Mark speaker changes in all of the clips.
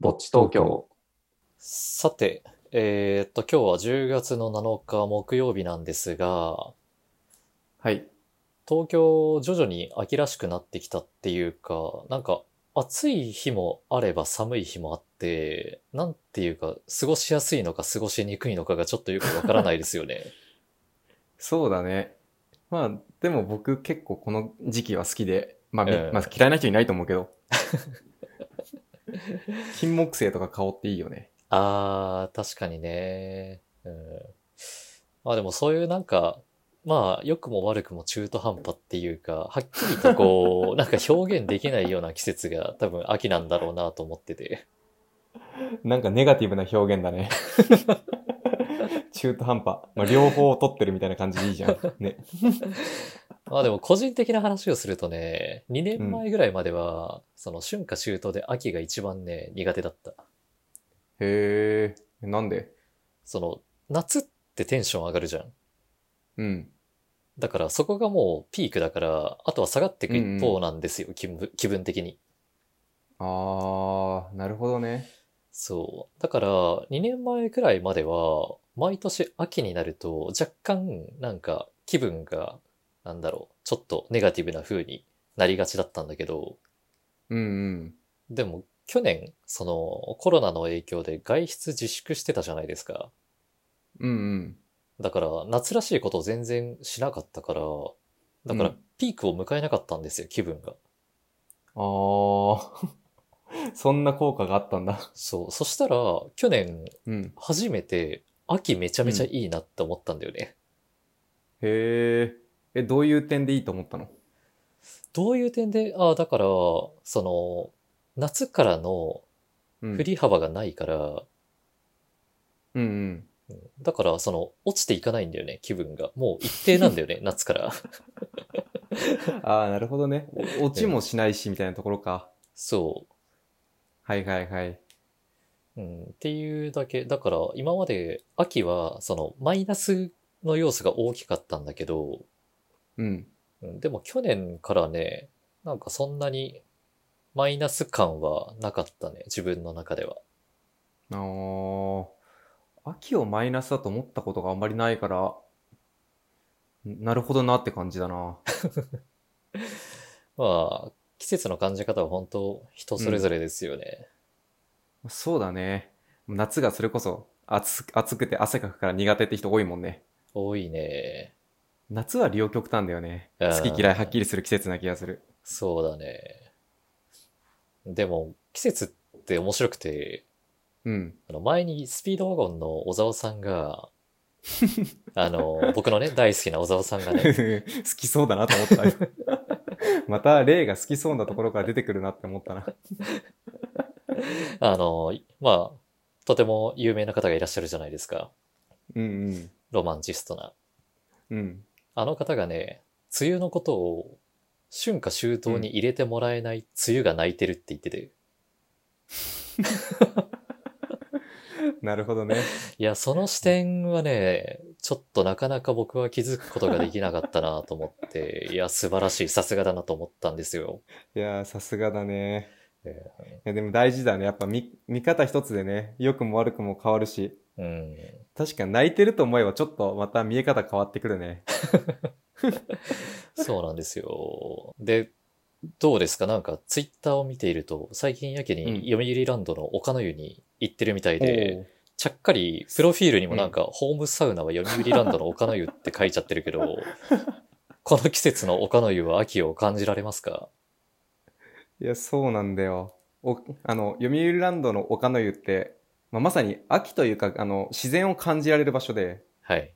Speaker 1: ぼっち東京。
Speaker 2: さて、えーっと、今日は10月の7日木曜日なんですが、
Speaker 1: はい。
Speaker 2: 東京徐々に秋らしくなってきたっていうか、なんか暑い日もあれば寒い日もあって、なんていうか、過ごしやすいのか過ごしにくいのかがちょっとよくわからないですよね。
Speaker 1: そうだね。まあ、でも僕結構この時期は好きで、まあ、み
Speaker 2: ええ
Speaker 1: まあ、嫌いな人いないと思うけ ど。金木犀とか香っていいよね。
Speaker 2: あー、確かにね。うん。まあでもそういうなんか、まあ良くも悪くも中途半端っていうか、はっきりとこう、なんか表現できないような季節が 多分秋なんだろうなと思ってて。
Speaker 1: なんかネガティブな表現だ ね。中途半端。まあ、両方取ってるみたいな感じでいいじゃん。ね。
Speaker 2: まあでも個人的な話をするとね、2年前ぐらいまでは、その春夏秋冬で秋が一番ね、苦手だった。
Speaker 1: へえ。なんで
Speaker 2: その、夏ってテンション上がるじゃん。
Speaker 1: うん。
Speaker 2: だからそこがもうピークだから、あとは下がっていく一方なんですよ、気分気分的に。
Speaker 1: あー、なるほどね。
Speaker 2: そう。だから、2年前くらいまでは、毎年秋になると、若干、なんか、気分が、なんだろう、ちょっとネガティブな風になりがちだったんだけど、
Speaker 1: うんうん。
Speaker 2: でも、去年、その、コロナの影響で外出自粛してたじゃないですか。
Speaker 1: うんうん。
Speaker 2: だから、夏らしいことを全然しなかったから、だか
Speaker 1: う
Speaker 2: ら
Speaker 1: ん、
Speaker 2: ピークを迎えなかったんですよ、気分が。
Speaker 1: あー。 そんな効果があったんだ。
Speaker 2: そう。そしたら、去年、
Speaker 1: うん。
Speaker 2: 初めて、秋めちゃめちゃいいなって思ったんだよね。
Speaker 1: へえ。え、どういう点でいいと思ったの
Speaker 2: どういう点で、ああ、だから、その、夏からの
Speaker 1: うん
Speaker 2: 振り幅がないから、
Speaker 1: うんうん。
Speaker 2: だから、その、落ちていかないんだよね、気分が。もう一定なんだ よね、夏から。
Speaker 1: ああ、なるほどね。お落ちもしないし、みたいなところか。
Speaker 2: そ
Speaker 1: はいはいはい。
Speaker 2: う。うん、っていうだけ。だから、今まで秋は、その、マイナスの要素が大きかったんだけど、
Speaker 1: うん。
Speaker 2: うんでも去年からね、なんかそんなにマイナス感はなかったね、自分の中では。
Speaker 1: あー秋をマイナスだと思ったことがあんまりないから、んなるほどなって感じだな。
Speaker 2: まあ、季節の感じ方は本当人それぞれですよね。
Speaker 1: そうだね。夏がそれこそ暑く暑くて汗かくから苦手って人多いもんね。
Speaker 2: 多いね。
Speaker 1: 夏は両極端だよね。
Speaker 2: うん
Speaker 1: 好き嫌いはっきりする季節な気がする。
Speaker 2: そうだね。でも、季節って面白くて、
Speaker 1: うん。
Speaker 2: あの前にスピードワゴンの小沢さんが、あの、僕のね、大好きな小沢さんがね、
Speaker 1: 好きそうだなと思った。 また、霊が好きそうなところから出てくるなって思ったな。
Speaker 2: あの、まあ、とても有名な方がいらっしゃるじゃないですか。
Speaker 1: うん
Speaker 2: ロマンチストな。
Speaker 1: うん。うん。
Speaker 2: あの方がね、梅雨のことを、春夏秋冬に入れてもらえない梅雨が泣いてるって言ってて、い
Speaker 1: なるほどね。
Speaker 2: や、その視点はね、ちょっとなかなか僕は気づくことができなかったなと思 って、いや、素晴らしい、さすがだなと思ったんですよ。
Speaker 1: いやー、さすがだね。
Speaker 2: え
Speaker 1: いやでも大事だね。やっぱ見、見方一つでね、良くも悪くも変わるし、
Speaker 2: うん。
Speaker 1: 確かに泣いてると思えばちょっとまた見え方変わってくるね。
Speaker 2: そうなんですよ。で、どうですかなんか、ツイッターを見ていると、最近やけに、読売ランドの丘の湯に行ってるみたいで、
Speaker 1: おう
Speaker 2: ちゃっかり、プロフィールにもなんか、ホームサウナは読売ランドの丘の湯って書いちゃってる けど、この季節の丘の湯は秋を感じられますか
Speaker 1: いや、そうなんだよ。お、あの、読売ランドの丘の湯って、まあ、まさに秋というか、あの、自然を感じられる場所で、
Speaker 2: はい。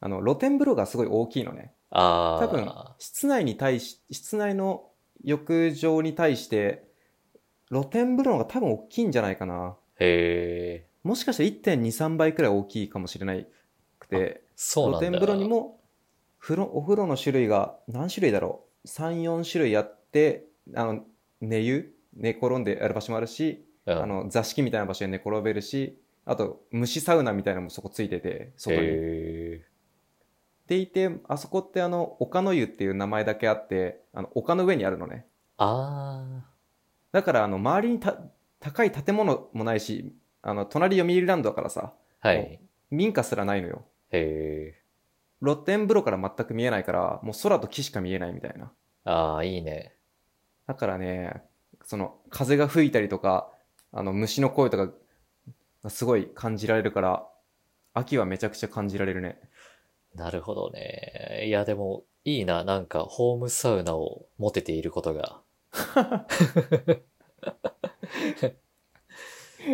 Speaker 1: あの、露天風呂がすごい大きいのね。
Speaker 2: あー。
Speaker 1: 多分室内に対し室内の浴場に対して露天風呂の方が多分大きいんじゃないかな
Speaker 2: へー。
Speaker 1: もしかしたら1.23倍くらい大きいかもしれないくて
Speaker 2: そうな
Speaker 1: 露
Speaker 2: んだ。
Speaker 1: 天風呂に。も風呂お風呂の種類が何種類だろう34種類あってあの寝湯寝転んでやる場所もあるし、
Speaker 2: うん、
Speaker 1: あの座敷みたいな場所で寝転べるしあと虫サウナみたいなのもそこついてて外に。
Speaker 2: へ
Speaker 1: っていてあそこってあの丘の湯っていう名前だけあってあの丘の上にあるのね
Speaker 2: ー。あ
Speaker 1: だからあの周りにた高い建物もないし、あの、隣読売ランドだからさ、
Speaker 2: はい。
Speaker 1: 民家すらないのよ。
Speaker 2: へえ。
Speaker 1: 露天風呂から全く見えないから、もう空と木しか見えないみたいな。
Speaker 2: ああ、いいね。
Speaker 1: だからね、その、風が吹いたりとか、あの、虫の声とかがすごい感じられるから、秋はめちゃくちゃ感じられるね。
Speaker 2: なるほどね。いや、でも、いいな。なんか、ホームサウナを持てていることが。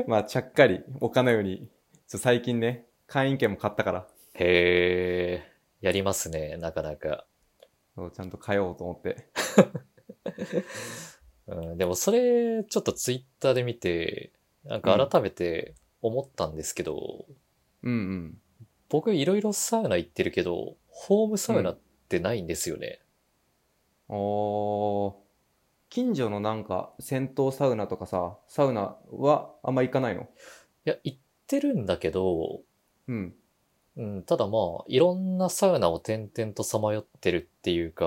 Speaker 1: まあ、ちゃっかり、丘のように、ちょ最近ね、会員券も買ったから、
Speaker 2: へえ。やりますね。なかなか。
Speaker 1: そうちゃんと通おうと思って。
Speaker 2: うん、でも、それ、ちょっとツイッターで見て、なんか改めて思ったんですけど、
Speaker 1: うんうん。
Speaker 2: 僕いろいろサウナ行ってるけど、ホームサウナってないんですよね。
Speaker 1: おー近所のなんか、銭湯サウナとかさ、サウナはあんま行かないの
Speaker 2: いや、行ってるんだけど、
Speaker 1: うん。
Speaker 2: うん、ただまあ、いろんなサウナを点々とさまよってるっていうか、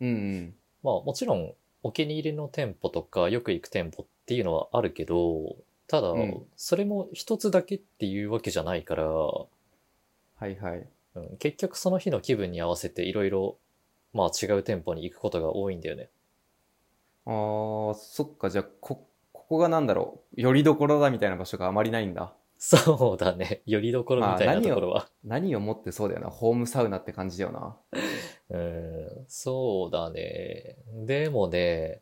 Speaker 1: うんうん。
Speaker 2: まあもちろんお気に入りの店舗とかよく行く店舗っていうのはあるけど、ただ、
Speaker 1: うん
Speaker 2: それも一つだけっていうわけじゃないから、
Speaker 1: はいはい。
Speaker 2: うん、結局その日の気分に合わせていろいろ、まあ違う店舗に行くことが多いんだよね。
Speaker 1: あー、そっか、じゃあ、こ、ここがなんだろう、よりどころだみたいな場所があまりないんだ。
Speaker 2: そうだね。よりどころみたい
Speaker 1: まあ
Speaker 2: な
Speaker 1: 何を
Speaker 2: ところは。
Speaker 1: 何をもってそうだよな、ホームサウナって感じだよな。
Speaker 2: うん、そうだね。でもね、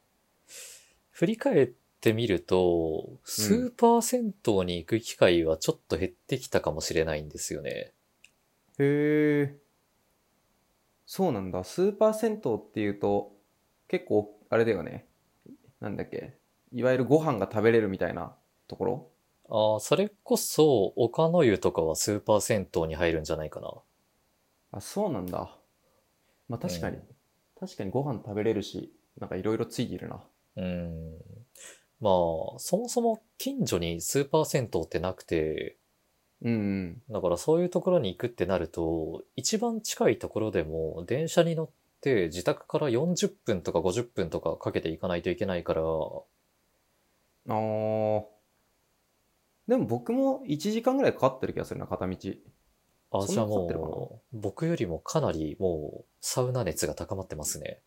Speaker 2: 振り返ってみると、スーパー銭湯に行く機会はちょっと減ってきたかもしれないんですよね。
Speaker 1: へえ。そうなんだ。スーパー銭湯っていうと、結構、あれだよね。なんだっけ。いわゆるご飯が食べれるみたいなところ
Speaker 2: ああ、それこそ、丘の湯とかはスーパー銭湯に入るんじゃないかな。
Speaker 1: あ、そうなんだ。まあ確かに、
Speaker 2: うん
Speaker 1: 確かにご飯食べれるし、なんかいろいろついてるな。
Speaker 2: うん。まあ、そもそも近所にスーパー銭湯ってなくて、
Speaker 1: うんうん。
Speaker 2: だからそういうところに行くってなると、一番近いところでも電車に乗って自宅から40分とか50分とかかけて行かないといけないから、
Speaker 1: あー。でも僕も1時間ぐらいかかってる気がするな、片道。そん
Speaker 2: あ、
Speaker 1: な
Speaker 2: じゃあ
Speaker 1: かかってるかな
Speaker 2: もう、僕よりもかなりもうサウナ熱が高まってますね。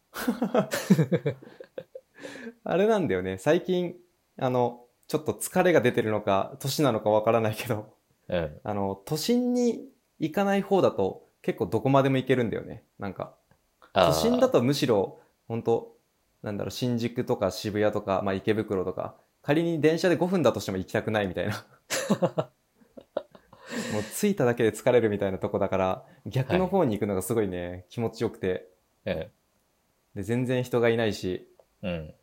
Speaker 1: あれなんだよね。最近、あの、ちょっと疲れが出てるのか、年なのかわからないけど、
Speaker 2: うん。
Speaker 1: あの、都心に行かない方だと結構どこまでも行けるんだよね。なんか、
Speaker 2: あー
Speaker 1: 都心だとむしろ、本当なんだろう、新宿とか渋谷とか、まあ池袋とか、仮に電車で5分だとしても行きたくないみたい な。もう着いただけで疲れるみたいなとこだから、逆の方に行くのがすごいね、気持ちよくて、
Speaker 2: うん。
Speaker 1: で、全然人がいないし、
Speaker 2: うん。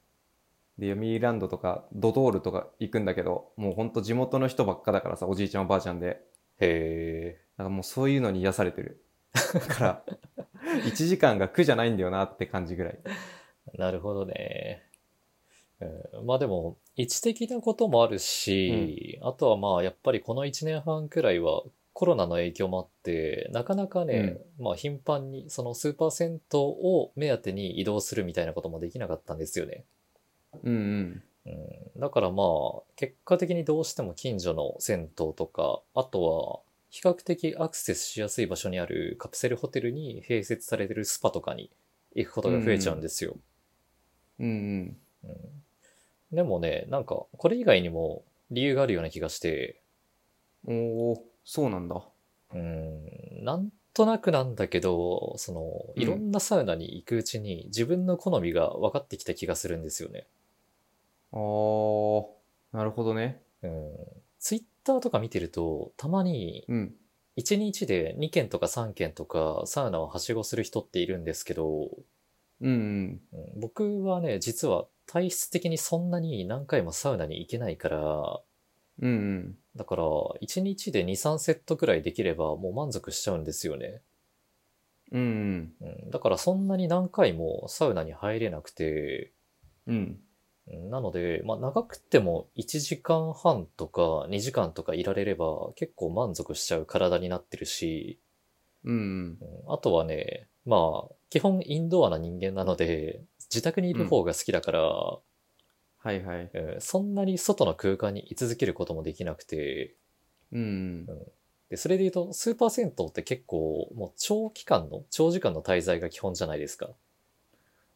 Speaker 1: で、読売ランドとか、ドトールとか行くんだけど、もうほんと地元の人ばっかだからさ、おじいちゃんおばあちゃんで。
Speaker 2: へえ。
Speaker 1: だからもうそういうのに癒されてる。だから、1時間が苦じゃないんだよなって感じぐらい。
Speaker 2: なるほどね。うん、まあでも、位置的なこともあるし、あとはまあやっぱりこの1年半くらいはコロナの影響もあって、なかなかね、まあ頻繁にそのスーパー銭湯を目当てに移動するみたいなこともできなかったんですよね。
Speaker 1: うんうん。
Speaker 2: うん、だからまあ、結果的にどうしても近所の銭湯とか、あとは比較的アクセスしやすい場所にあるカプセルホテルに併設されてるスパとかに行くことが増えちゃうんですよ。
Speaker 1: うんうん。
Speaker 2: でもね、なんか、これ以外にも理由があるような気がして、
Speaker 1: おお、そうなんだ。
Speaker 2: うーん、なんとなくなんだけど、その、
Speaker 1: うん
Speaker 2: いろんなサウナに行くうちに自分の好みが分かってきた気がするんですよね。
Speaker 1: あー、なるほどね。
Speaker 2: うん。ツイッターとか見てると、たまに
Speaker 1: うん。
Speaker 2: 1日で2軒とか3軒とかサウナをはしごする人っているんですけど、
Speaker 1: うんうん。
Speaker 2: うん僕はね、実は体質的にそんなに何回もサウナに行けないから、
Speaker 1: うんうん。
Speaker 2: だから、1日で2、3セットくらいできればもう満足しちゃうんですよね。
Speaker 1: うんうん。
Speaker 2: うん、だからそんなに何回もサウナに入れなくて、
Speaker 1: うん。
Speaker 2: うんなので、まあ長くても1時間半とか2時間とかいられれば結構満足しちゃう体になってるし、
Speaker 1: うんうん
Speaker 2: う。んあとはね、まあ基本インドアな人間なので、自宅にいる方が好きだから、
Speaker 1: はいはい。
Speaker 2: うんそんなに外の空間に居続けることもできなくて、
Speaker 1: うん。
Speaker 2: で、それで言うと、スーパー銭湯って結構、もう長期間の、長時間の滞在が基本じゃないですか。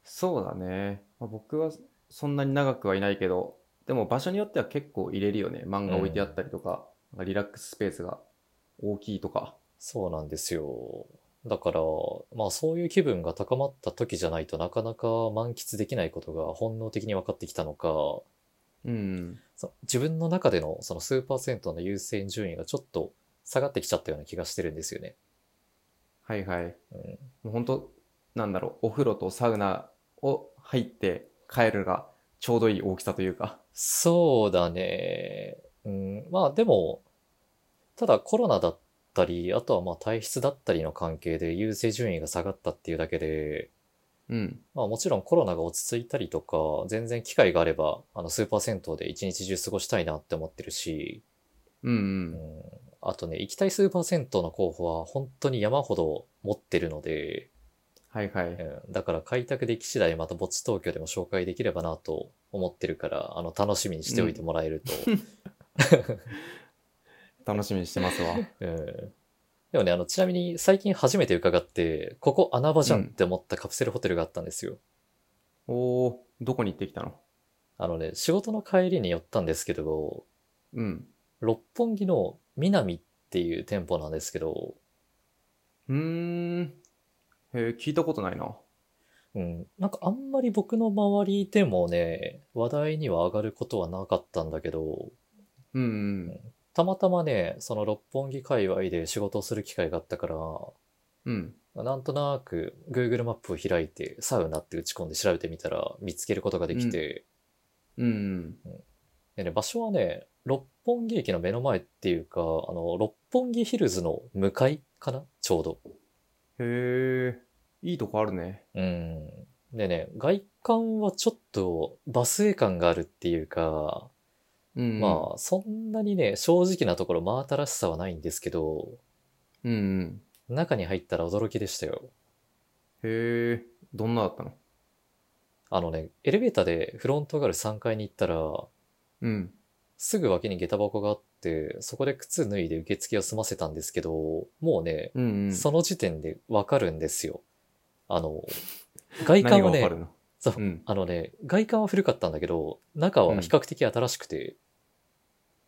Speaker 1: そうだね。まあ僕はそんなに長くはいないけど、でも場所によっては結構入れるよね。漫画置いてあったりとか、なんかリラックススペースが大きいとか。
Speaker 2: そうなんですよ。だから、まあそういう気分が高まった時じゃないとなかなか満喫できないことが本能的に分かってきたのか、
Speaker 1: うん。
Speaker 2: そ自分の中でのそのスーパー銭湯の優先順位がちょっと下がってきちゃったような気がしてるんですよね。
Speaker 1: はいはい。
Speaker 2: うん
Speaker 1: もう本当なんだろう、お風呂とサウナを入って帰るのがちょうどいい大きさというか。
Speaker 2: そうだね。うん、まあでも、ただコロナだったり、あとはまあ体質だったりの関係で優勢順位が下がったっていうだけで、
Speaker 1: うん。
Speaker 2: まあもちろんコロナが落ち着いたりとか、全然機会があれば、あのスーパー銭湯で一日中過ごしたいなって思ってるし、
Speaker 1: うん
Speaker 2: う
Speaker 1: うん。
Speaker 2: ん、あとね、行きたいスーパー銭湯の候補は本当に山ほど持ってるので、
Speaker 1: はいは
Speaker 2: う
Speaker 1: い。
Speaker 2: ん、だから開拓でき次第また墓地東京でも紹介できればなと思ってるから、あの楽しみにしておいてもらえると、
Speaker 1: 楽しみにしてます わ。
Speaker 2: うんでもね、あの、ちなみに最近初めて伺って、ここ穴場じゃんって思ったカプセルホテルがあったんですよ。
Speaker 1: おー、どこに行ってきたの
Speaker 2: あのね、仕事の帰りに寄ったんですけど、
Speaker 1: うん。
Speaker 2: 六本木の南っていう店舗なんですけど、
Speaker 1: うーん。へえ、聞いたことないな。
Speaker 2: うん、なんかあんまり僕の周りでもね、話題には上がることはなかったんだけど、
Speaker 1: うんうん。
Speaker 2: たまたまね、その六本木界隈で仕事をする機会があったから、
Speaker 1: うん。
Speaker 2: なんとなく Google マップを開いて、サウナって打ち込んで調べてみたら見つけることができて、
Speaker 1: うんうん。
Speaker 2: でね、場所はね、六本木駅の目の前っていうか、あの、六本木ヒルズの向かいかなちょうど。
Speaker 1: へえ、いいとこあるね。
Speaker 2: うん。でね、外観はちょっとバスエ感があるっていうか、
Speaker 1: うん。
Speaker 2: まあ、そんなにね、正直なところ真新しさはないんですけど、
Speaker 1: うんうん。
Speaker 2: 中に入ったら驚きでしたよ。
Speaker 1: へえ、どんなだったの
Speaker 2: あのね、エレベーターでフロントがある3階に行ったら、
Speaker 1: うん。
Speaker 2: すぐ脇に下駄箱があって、そこで靴脱いで受付を済ませたんですけど、もうね、
Speaker 1: うんうん。
Speaker 2: その時点でわかるんですよ。あの、外
Speaker 1: 何
Speaker 2: 観は
Speaker 1: がわ
Speaker 2: ね
Speaker 1: か、るの
Speaker 2: そう
Speaker 1: うん。
Speaker 2: あのね、外観は古かったんだけど、中は比較的新しくて、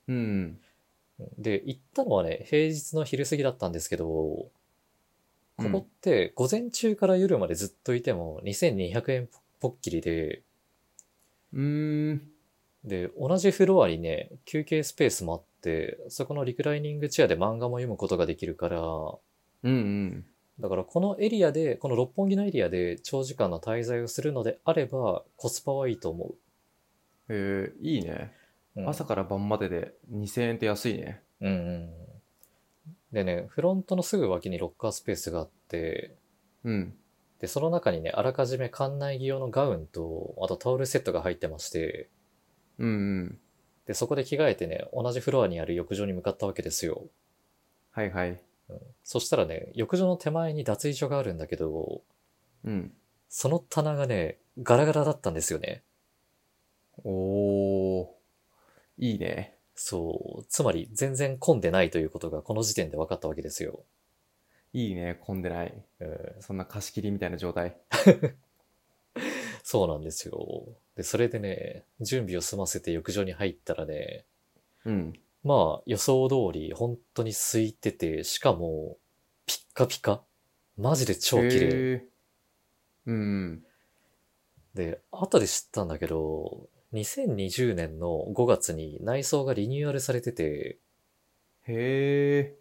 Speaker 1: うんうん。
Speaker 2: で、行ったのはね、平日の昼過ぎだったんですけど、ここって午前中から夜までずっといても2200円ぽっきりで、
Speaker 1: うん。うーん。
Speaker 2: で、同じフロアにね、休憩スペースもあって、そこのリクライニングチェアで漫画も読むことができるから、
Speaker 1: うんうん。
Speaker 2: だからこのエリアで、この六本木のエリアで長時間の滞在をするのであればコスパはいいと思
Speaker 1: へえ、いいね。
Speaker 2: う。うん、
Speaker 1: 朝から晩までで2000円って安いね。
Speaker 2: うんうん。でね、フロントのすぐ脇にロッカースペースがあって、
Speaker 1: うん。
Speaker 2: で、その中にね、あらかじめ館内着用のガウンと、あとタオルセットが入ってまして、
Speaker 1: うんうん。
Speaker 2: で、そこで着替えてね、同じフロアにある浴場に向かったわけですよ。
Speaker 1: はいはい。
Speaker 2: そしたらね、浴場の手前に脱衣所があるんだけど、
Speaker 1: うん。
Speaker 2: その棚がね、ガラガラだったんですよね。
Speaker 1: おー。いいね。
Speaker 2: そう。つまり、全然混んでないということが、この時点で分かったわけですよ。
Speaker 1: いいね。混んでない。
Speaker 2: うん
Speaker 1: そんな貸し切りみたいな状態。
Speaker 2: そうなんですよ。で、それでね、準備を済ませて浴場に入ったらね、
Speaker 1: うん。
Speaker 2: まあ予想通り本当に空いてて、しかもピッカピカ。マジで超綺麗。
Speaker 1: へーうん。
Speaker 2: で、後で知ったんだけど、2020年の5月に内装がリニューアルされてて、
Speaker 1: へえ。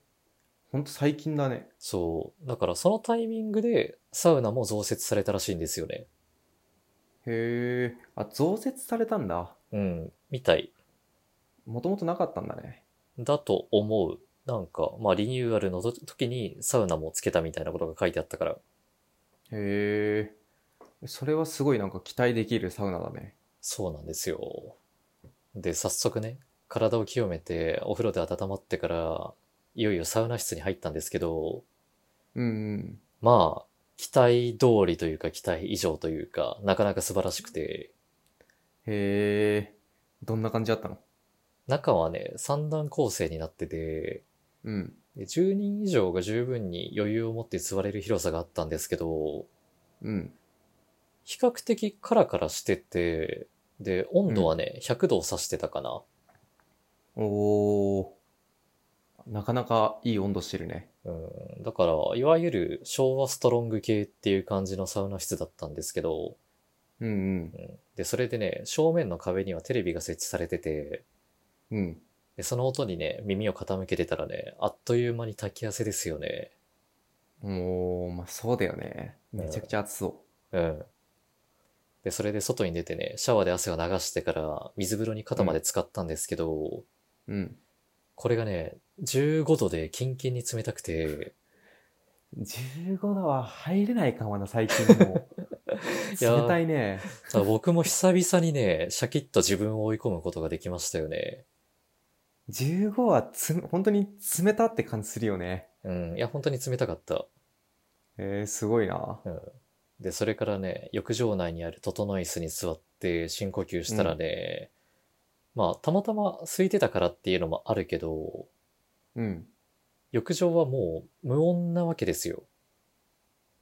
Speaker 1: ほんと最近だね。
Speaker 2: そう。だからそのタイミングでサウナも増設されたらしいんですよね。
Speaker 1: へえ。あ、増設されたんだ。
Speaker 2: うん。みたい。
Speaker 1: もともとなかったんだね。
Speaker 2: だと思う。なんか、まあリニューアルの時にサウナもつけたみたいなことが書いてあったから、
Speaker 1: へえ。それはすごいなんか期待できるサウナだね。
Speaker 2: そうなんですよ。で、早速ね、体を清めて、お風呂で温まってから、いよいよサウナ室に入ったんですけど、
Speaker 1: うんうん。
Speaker 2: まあ、期待通りというか、期待以上というか、なかなか素晴らしくて、
Speaker 1: へえ。どんな感じだったの
Speaker 2: 中はね、三段構成になってて、
Speaker 1: うん。
Speaker 2: で10人以上が十分に余裕を持って座れる広さがあったんですけど、
Speaker 1: うん。
Speaker 2: 比較的カラカラしてて、で、温度はね、100度を指してたかな。
Speaker 1: おー。なかなかいい温度してるね。
Speaker 2: うん、だから、いわゆる昭和ストロング系っていう感じのサウナ室だったんですけど、
Speaker 1: うん
Speaker 2: で、それでね、正面の壁にはテレビが設置されてて、
Speaker 1: うん。うん。
Speaker 2: でその音にね、耳を傾けてたらね、あっという間に炊き汗ですよね。
Speaker 1: おー、まあそうだよね。めちゃくちゃ暑そ
Speaker 2: うん。で、それで外に出てね、シャワーで汗を流してから、水風呂に肩まで使ったんですけど、
Speaker 1: う。うん。
Speaker 2: これがね、15度でキンキンに冷たくて、
Speaker 1: 15度は入れないかもな、最近も。
Speaker 2: いや
Speaker 1: 冷 たいね。
Speaker 2: ただ僕も久々にね、シャキッと自分を追い込むことができましたよね。
Speaker 1: 15はつ、本当に冷たって感じするよね。
Speaker 2: うん、いや、本当に冷たかった。
Speaker 1: えー、すごいな。
Speaker 2: で、それからね、浴場内にある整い椅子に座って深呼吸したらね、まあ、たまたま空いてたからっていうのもあるけど、
Speaker 1: うん。
Speaker 2: 浴場はもう無音なわけですよ。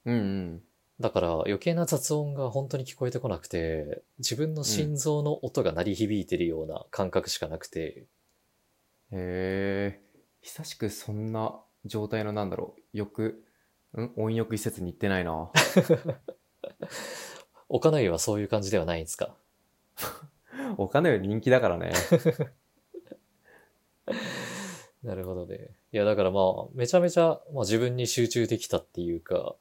Speaker 1: うんうん。
Speaker 2: だから余計な雑音が本当に聞こえてこなくて、自分の心臓の音が鳴り響いてるような感覚しかなくて、
Speaker 1: へえ、久しくそんな状態のなんだろう、浴、ん温浴施設に行ってない な。
Speaker 2: おかゆはそういう感じではないんですか
Speaker 1: お金より人気だから ね。
Speaker 2: なるほどね。いや、だからまあ、めちゃめちゃ、まあ、自分に集中できたっていうか、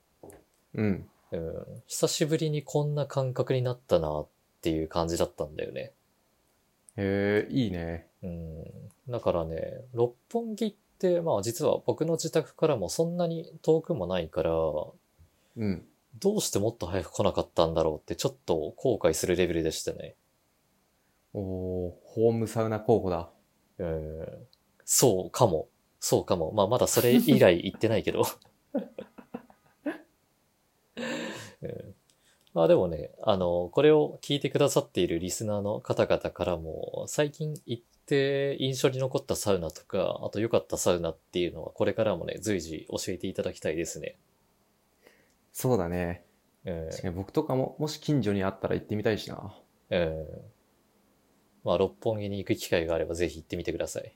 Speaker 1: うん。
Speaker 2: うん、久しぶりにこんな感覚になったなっていう感じだったんだよね。
Speaker 1: へえ、いいね。
Speaker 2: うん、だからね、六本木って、まあ実は僕の自宅からもそんなに遠くもないから、ど
Speaker 1: うん。
Speaker 2: うしてもっと早く来なかったんだろうってちょっと後悔するレベルでしたね。
Speaker 1: おー、ホームサウナ候補だ。
Speaker 2: うん、そうかも。そうかも。まあまだそれ以来行ってな いけど。うんまあでもね、あの、これを聞いてくださっているリスナーの方々からも、最近行って印象に残ったサウナとか、あと良かったサウナっていうのは、これからもね、随時教えていただきたいですね。
Speaker 1: そうだね。
Speaker 2: うん
Speaker 1: 確かに僕とかも、もし近所にあったら行ってみたいしな。
Speaker 2: うんまあ、六本木に行く機会があれば、ぜひ行ってみてください。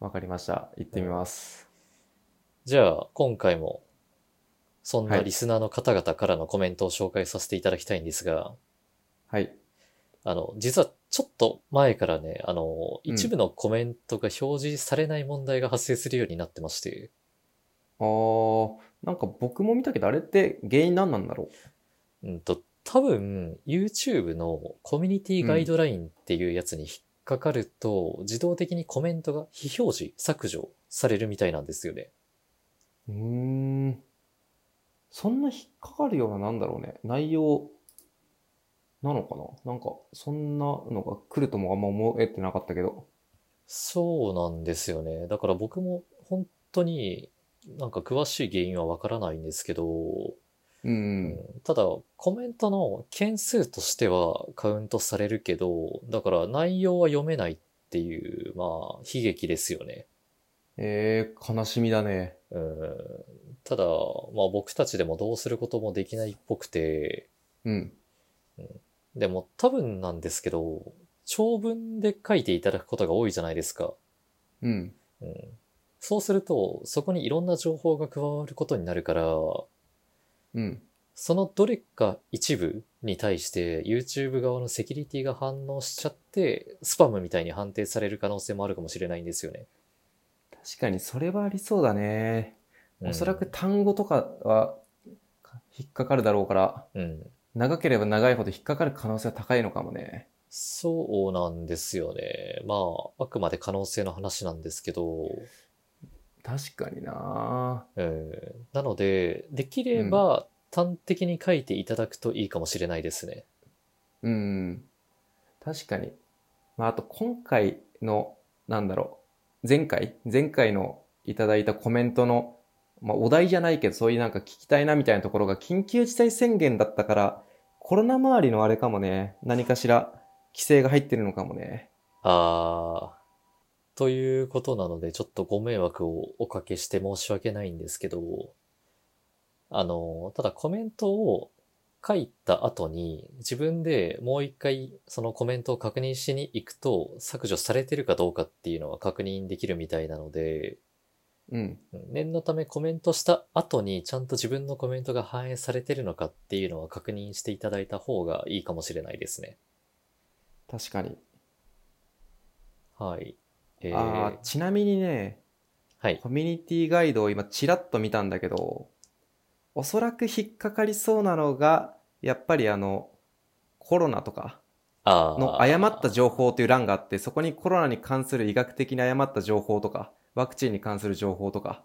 Speaker 1: わかりました。行ってみます。
Speaker 2: じゃあ、今回も、そんな
Speaker 1: はい
Speaker 2: リスナーの方々からのコメントを紹介させていただきたいんですが、
Speaker 1: はい。
Speaker 2: あの、実はちょっと前からね、あの、
Speaker 1: うん
Speaker 2: 一部のコメントが表示されない問題が発生するようになってまして、
Speaker 1: あー、なんか僕も見たけど、あれって原因何なんだろ
Speaker 2: うんと、多分、YouTube のコミュニティガイドラインっていうやつに引っかかると、自動的にコメントが非表示、削除されるみたいなんですよね。
Speaker 1: ううーん。そんな引っかかるような、なんだろうね。内容なのかななんか、そんなのが来るともあんま思えてなかったけど。
Speaker 2: そうなんですよね。だから僕も本当になんか詳しい原因はわからないんですけど、
Speaker 1: う。
Speaker 2: うんんただコメントの件数としてはカウントされるけど、だから内容は読めないっていう、まあ悲劇ですよね。
Speaker 1: えー、悲しみだね。
Speaker 2: うんただ、まあ僕たちでもどうすることもできないっぽくて、
Speaker 1: うん。
Speaker 2: でも多分なんですけど、長文で書いていただくことが多いじゃないですか。
Speaker 1: うん。
Speaker 2: うんそうすると、そこにいろんな情報が加わることになるから、
Speaker 1: うん。
Speaker 2: そのどれか一部に対して YouTube 側のセキュリティが反応しちゃって、スパムみたいに判定される可能性もあるかもしれないんですよね。
Speaker 1: 確かに、それはありそうだね。
Speaker 2: うん
Speaker 1: おそらく、単語とかは引っかかるだろうから、
Speaker 2: うん。
Speaker 1: 長ければ長いほど引っかかる可能性は高いのかもね。
Speaker 2: そうなんですよね。まあ、あくまで可能性の話なんですけど、
Speaker 1: 確かにな
Speaker 2: うん、なので、できれば端的に書いていただくといいかもしれないですね。
Speaker 1: うん。確かに。まあ、あと今回の、なんだろう。前回前回のいただいたコメントの、まあ、お題じゃないけど、そういうなんか聞きたいなみたいなところが緊急事態宣言だったから、コロナ周りのあれかもね、何かしら規制が入ってるのかもね。
Speaker 2: ああ、ということなので、ちょっとご迷惑をおかけして申し訳ないんですけど、あの、ただコメントを書いた後に、自分でもう一回そのコメントを確認しに行くと、削除されてるかどうかっていうのは確認できるみたいなので、
Speaker 1: うん。
Speaker 2: うん念のためコメントした後にちゃんと自分のコメントが反映されてるのかっていうのは確認していただいた方がいいかもしれないですね。
Speaker 1: 確かに。
Speaker 2: はい。えー
Speaker 1: ああ、ちなみにね、
Speaker 2: はい。
Speaker 1: コミュニティガイドを今ちらっと見たんだけど、おそらく引っかかりそうなのが、やっぱりあの、コロナとか
Speaker 2: あー
Speaker 1: の誤った情報という欄があって、そこにコロナに関する医学的に誤った情報とか、ワクチンに関する情報とか、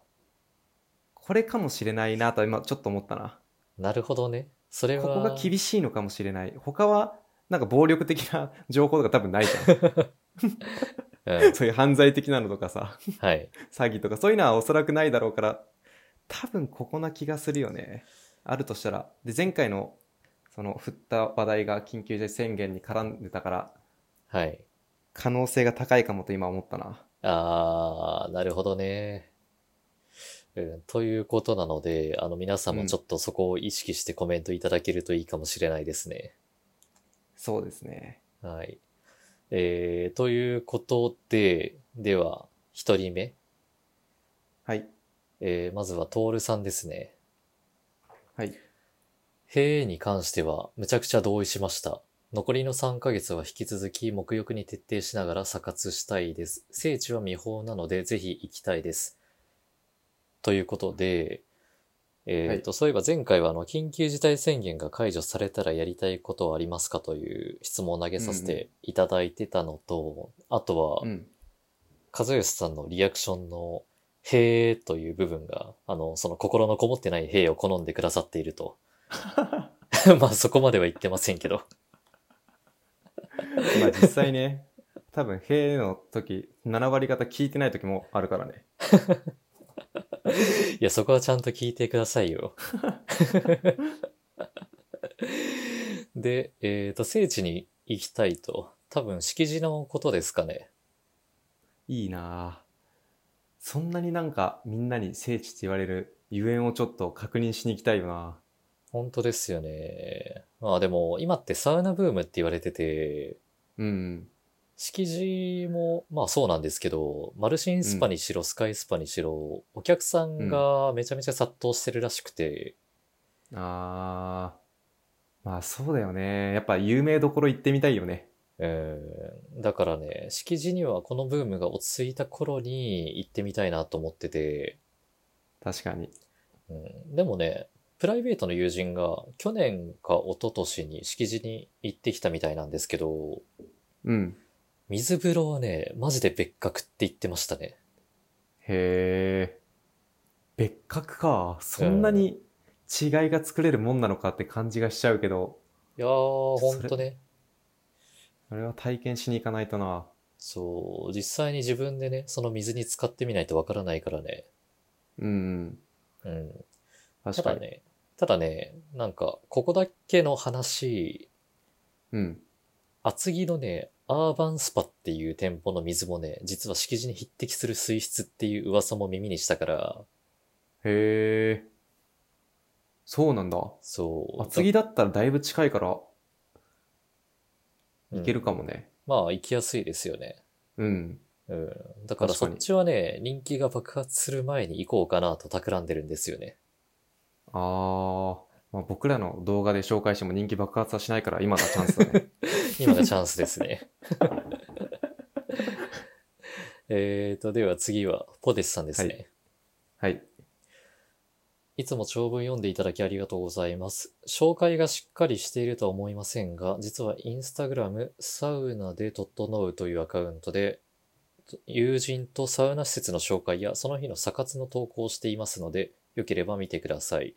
Speaker 1: これかもしれないなと今ちょっと思ったな。
Speaker 2: なるほどね。それは。
Speaker 1: ここが厳しいのかもしれない。他は、なんか暴力的な情報とか多分ないじゃ ん。
Speaker 2: うん
Speaker 1: そういう犯罪的なのとかさ、
Speaker 2: はい。
Speaker 1: 詐欺とか、そういうのはおそらくないだろうから、多分ここな気がするよね。あるとしたら。で、前回の、その、振った話題が緊急事態宣言に絡んでたから、
Speaker 2: はい。
Speaker 1: 可能性が高いかもと今思ったな。
Speaker 2: ああ、なるほどね。うん、ということなので、あの皆
Speaker 1: う
Speaker 2: 様
Speaker 1: ん
Speaker 2: ちょっとそこを意識してコメントいただけるといいかもしれないですね。
Speaker 1: そうですね。
Speaker 2: はい。えー、ということで、では、一人目。
Speaker 1: はい。
Speaker 2: えー、まずはトールさんですね。
Speaker 1: はい。
Speaker 2: へーに関しては、むちゃくちゃ同意しました。残りの3ヶ月は引き続き、目浴に徹底しながら査活したいです。聖地は未法なので、ぜひ行きたいです。ということで、えっ、と、そういえば前回は、あの、緊急事態宣言が解除されたらやりたいことはありますかという質問を投げさせ
Speaker 1: うんう
Speaker 2: ていただいてたのと、あとは、
Speaker 1: うん。
Speaker 2: 和義さんのリアクションの、へーという部分が、あの、その心のこもってないへーを好んでくださっていると。 まあそこまでは言ってませんけど。
Speaker 1: まあ実際ね、 多分、へーの時、7割方聞いてない時もあるからね。
Speaker 2: いや、そこはちゃんと聞いてくださいよ。で、えっ、と、聖地に行きたいと。多分、敷地のことですかね。
Speaker 1: いいなぁ。そんなになんかみんなに聖地って言われるゆえんをちょっと確認しに行きたいよな
Speaker 2: 本当ですよね。まあでも、今ってサウナブームって言われてて、
Speaker 1: うん。
Speaker 2: 敷地も、まあそうなんですけど、マルシンスパにしろ、スカイスパにしろ、お客さんがめちゃめちゃ殺到してるらしくて、
Speaker 1: あー。まあそうだよね。やっぱ有名どころ行ってみたいよね。
Speaker 2: うん、だからね、敷地にはこのブームが落ち着いた頃に行ってみたいなと思ってて、
Speaker 1: 確かに。
Speaker 2: うん、でもね、プライベートの友人が去年か一昨年に敷地に行ってきたみたいなんですけど、
Speaker 1: うん。
Speaker 2: 水風呂はね、マジで別格って言ってましたね。
Speaker 1: へー。別格か。そんなに違いが作れるもんなのかって感じがしちゃうけど、
Speaker 2: いやー、ほんとね。
Speaker 1: あれは体験しに行かないとな。
Speaker 2: そう、実際に自分でね、その水に浸かってみないとわからないからね。
Speaker 1: うん。
Speaker 2: うん。た
Speaker 1: 確か
Speaker 2: だ
Speaker 1: に。
Speaker 2: ね、ただね、なんか、ここだけの話、
Speaker 1: うん。
Speaker 2: 厚木のね、アーバンスパっていう店舗の水もね、実は敷地に匹敵する水質っていう噂も耳にしたから、
Speaker 1: へー。そうなんだ。
Speaker 2: そう。
Speaker 1: 厚木だったらだいぶ近いから
Speaker 2: だ
Speaker 1: いけるかもね。
Speaker 2: うんまあ、行きやすいですよね。
Speaker 1: うん。
Speaker 2: うん。だか
Speaker 1: 確
Speaker 2: ら
Speaker 1: か
Speaker 2: そ
Speaker 1: に
Speaker 2: っちはね、人気が爆発する前に行こうかなと企んでるんですよね。
Speaker 1: あー、まあ、僕らの動画で紹介しても人気爆発はしないから今がチャンスだ ね。
Speaker 2: 今がチャンスですね。 えーと、では次は、ポテスさんですね。
Speaker 1: はいはい。
Speaker 2: いつも長文読んでいただきありがとうございます。紹介がしっかりしているとは思いませんが、実はインスタグラム、サウナで整うというアカウントで、友人とサウナ施設の紹介やその日の査活の投稿をしていますので、よければ見てください。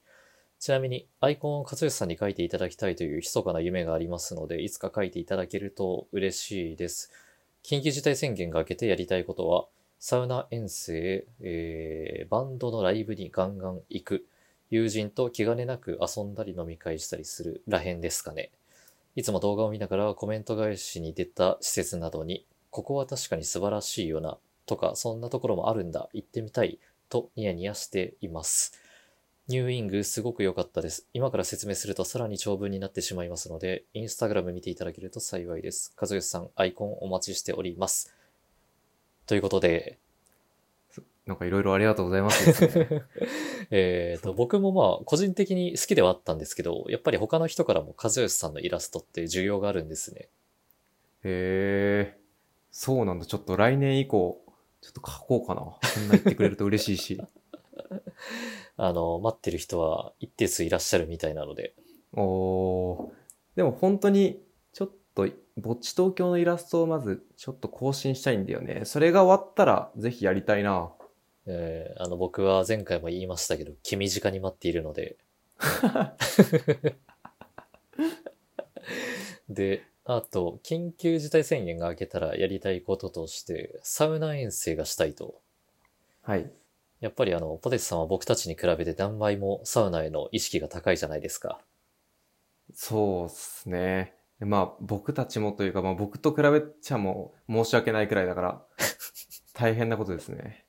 Speaker 2: ちなみに、アイコンを勝吉さんに書いていただきたいという密かな夢がありますので、いつか書いていただけると嬉しいです。緊急事態宣言が明けてやりたいことは、サウナ遠征、えーバンドのライブにガンガン行く、友人と気兼ねなく遊んだり飲み会したりするらへんですかね。いつも動画を見ながらコメント返しに出た施設などに、ここは確かに素晴らしいよな、とか、そんなところもあるんだ、行ってみたい、とニヤニヤしています。ニューイングすごく良かったです。今から説明するとさらに長文になってしまいますので、インスタグラム見ていただけると幸いです。和義さん、アイコンお待ちしております。ということで、
Speaker 1: なんかいろいろありがとうございますですね、
Speaker 2: えーと、僕もまあ、個人的に好きではあったんですけど、やっぱり他の人からも和義さんのイラストって需要があるんですね。
Speaker 1: へえ、そうなんだ。ちょっと来年以降、ちょっと書こうかな。そんな言ってくれると嬉しいし。
Speaker 2: あの、待ってる人は一定数いらっしゃるみたいなので。
Speaker 1: おーでも本当に、ちょっと、ぼっち東京のイラストをまず、ちょっと更新したいんだよね。それが終わったら、ぜひやりたいな。
Speaker 2: えーあの、僕は前回も言いましたけど、気短に待っているので。で、あと、緊急事態宣言が明けたらやりたいこととして、サウナ遠征がしたいと。
Speaker 1: はい。
Speaker 2: やっぱりあの、ポテチさんは僕たちに比べて何倍もサウナへの意識が高いじゃないですか。
Speaker 1: そうっすね。まあ、僕たちもというか、まあ僕と比べちゃもう申し訳ないくらいだ から、大変なことですね。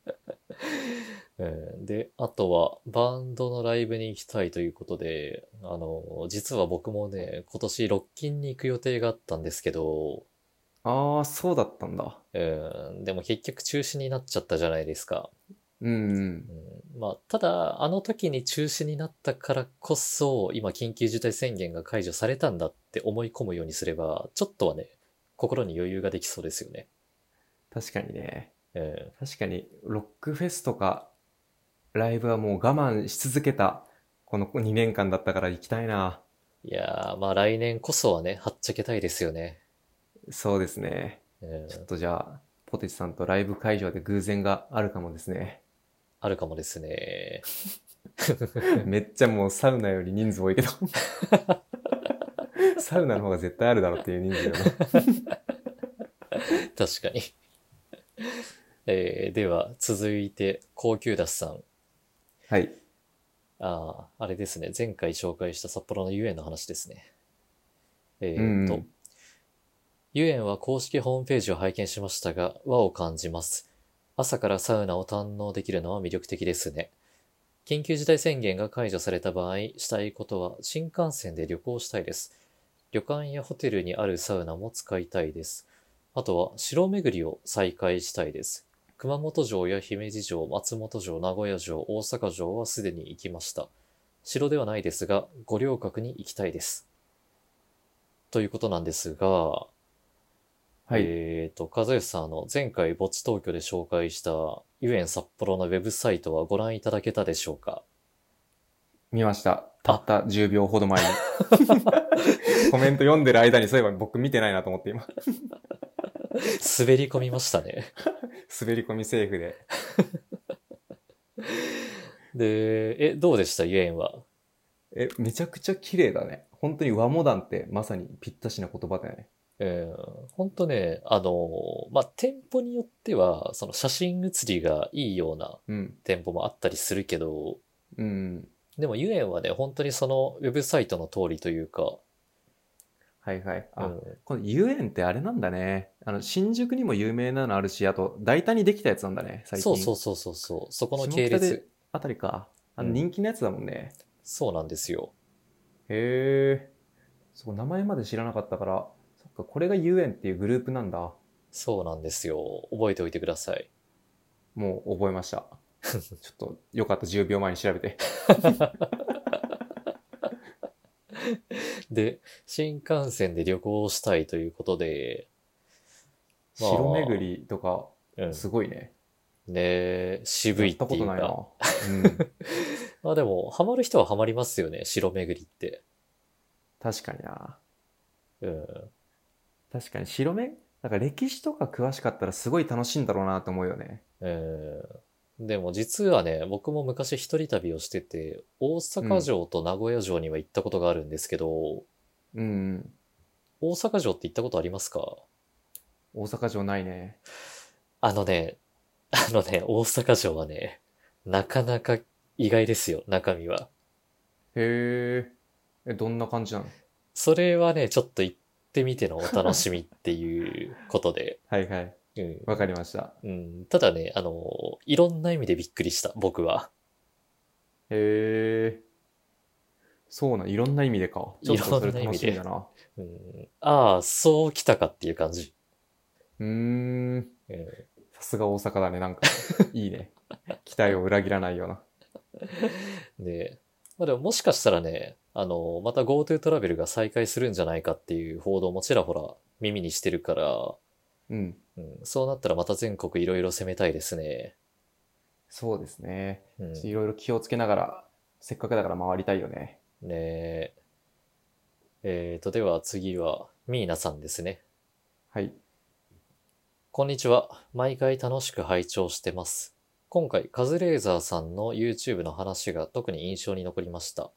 Speaker 2: うんで、あとは、バンドのライブに行きたいということで、あの、実は僕もね、今年ロッキンに行く予定があったんですけど、
Speaker 1: ああ、そうだったんだ。
Speaker 2: うん、でも結局中止になっちゃったじゃないですか。
Speaker 1: うんうん
Speaker 2: う。ん、まあ、ただ、あの時に中止になったからこそ、今緊急事態宣言が解除されたんだって思い込むようにすれば、ちょっとはね、心に余裕ができそうですよね。
Speaker 1: 確かにね。
Speaker 2: うん、
Speaker 1: 確かに、ロックフェスとか、ライブはもう我慢し続けた、この2年間だったから行きたいな。
Speaker 2: いやー、まあ来年こそはね、はっちゃけたいですよね。
Speaker 1: そうですね。
Speaker 2: うん
Speaker 1: ちょっとじゃあ、ポテチさんとライブ会場で偶然があるかもです ね。
Speaker 2: あるかもですね。
Speaker 1: めっちゃもうサウナより人数多いけ ど。サウナの方が絶対あるだろうっていう人数だな。
Speaker 2: 確かに。 えーでは、続いて、高級ダスさん。
Speaker 1: はい。
Speaker 2: ああ、あれですね。前回紹介した札幌の遊園の話ですね。え
Speaker 1: うんう
Speaker 2: ー、
Speaker 1: ん
Speaker 2: と、遊園は公式ホームページを拝見しましたが、和を感じます。朝からサウナを堪能できるのは魅力的ですね。緊急事態宣言が解除された場合、したいことは新幹線で旅行したいです。旅館やホテルにあるサウナも使いたいです。あとは城巡りを再開したいです。熊本城や姫路城、松本城、名古屋城、大阪城はすでに行きました。城ではないですが、五稜郭に行きたいです。ということなんですが、
Speaker 1: はい。
Speaker 2: えっ、と、和義さん、あの、前回、墓地東京で紹介した、ゆえん札幌のウェブサイトはご覧いただけたでしょうか
Speaker 1: 見ました。たった10秒ほど 前に。コメント読んでる間にそういえば僕見てないなと思って今。
Speaker 2: 滑り込みまし たね。
Speaker 1: 滑り込みセーフで。
Speaker 2: で、え、どうでしたゆえんは。
Speaker 1: え、めちゃくちゃ綺麗だね。本当に和モダンってまさにぴったしな言葉だよね。
Speaker 2: えー、ほんとね、あの、まあ、店舗によっては、その写真写りがいいような
Speaker 1: うん。
Speaker 2: 店舗もあったりするけど、
Speaker 1: うん。
Speaker 2: でも、ゆえんはね、本当にそのウェブサイトの通りというか、
Speaker 1: はいはい。あ、
Speaker 2: うん
Speaker 1: この遊園ってあれなんだね。あの、新宿にも有名なのあるし、あと、大胆にできたやつなんだね、最近。
Speaker 2: そうそうそうそうそう、そこの
Speaker 1: 下
Speaker 2: 系
Speaker 1: 北で
Speaker 2: 列、
Speaker 1: あたりか。あの、
Speaker 2: うん
Speaker 1: 人気のやつだもんね。
Speaker 2: そうなんですよ。
Speaker 1: へえ。そう、名前まで知らなかったから、そっか、これが遊園っていうグループなんだ。
Speaker 2: そうなんですよ。覚えておいてください。
Speaker 1: もう覚えま した。ちょっと、よかった、10秒前に調べて。
Speaker 2: で、新幹線で旅行をしたいということで、まあ
Speaker 1: 城巡りとか、
Speaker 2: うん、
Speaker 1: すごいね。
Speaker 2: ねえ渋い
Speaker 1: や
Speaker 2: っ
Speaker 1: った
Speaker 2: て
Speaker 1: こ
Speaker 2: いう
Speaker 1: と
Speaker 2: か。
Speaker 1: ないな。うん。
Speaker 2: まあでも、ハマる人はハマりますよね、城巡りって。
Speaker 1: 確かにな。
Speaker 2: うん。
Speaker 1: 確かに、白目なんか歴史とか詳しかったらすごい楽しいんだろうなと思うよね。
Speaker 2: うん。でも実はね、僕も昔一人旅をしてて、大阪城と名古屋城には行ったことがあるんですけど、
Speaker 1: うん。
Speaker 2: 大阪城って行ったことありますか
Speaker 1: 大阪城ないね。
Speaker 2: あのね、あのね、大阪城はね、なかなか意外ですよ、中身は。
Speaker 1: へえ。え、どんな感じなの
Speaker 2: それはね、ちょっと行ってみてのお楽しみっていうこ とで。
Speaker 1: はいはい。
Speaker 2: うん
Speaker 1: わかりました。
Speaker 2: うん、ただね、あの、いろんな意味でびっくりした、僕は。
Speaker 1: へえ。そうなん、いろんな意味でか。ちょっとそれ
Speaker 2: いろんな意
Speaker 1: 楽
Speaker 2: 味
Speaker 1: し
Speaker 2: で
Speaker 1: みだな。
Speaker 2: うん、ああ、そう来たかっていう感じ。
Speaker 1: うーん。
Speaker 2: うん
Speaker 1: さすが大阪だね、なんか。いいね。期待を裏切らないような。
Speaker 2: で、まあでももしかしたらね、あの、また GoTo トラベルが再開するんじゃないかっていう報道もちらほら耳にしてるから、
Speaker 1: うん。
Speaker 2: うん、そうなったらまた全国いろいろ攻めたいですね。
Speaker 1: そうですね。
Speaker 2: うん、
Speaker 1: いろいろ気をつけながら、せっかくだから回りたいよね。
Speaker 2: ねえ。えーと、では次は、ミーナさんですね。
Speaker 1: はい。
Speaker 2: こんにちは。毎回楽しく拝聴してます。今回、カズレーザーさんの YouTube の話が特に印象に残りました。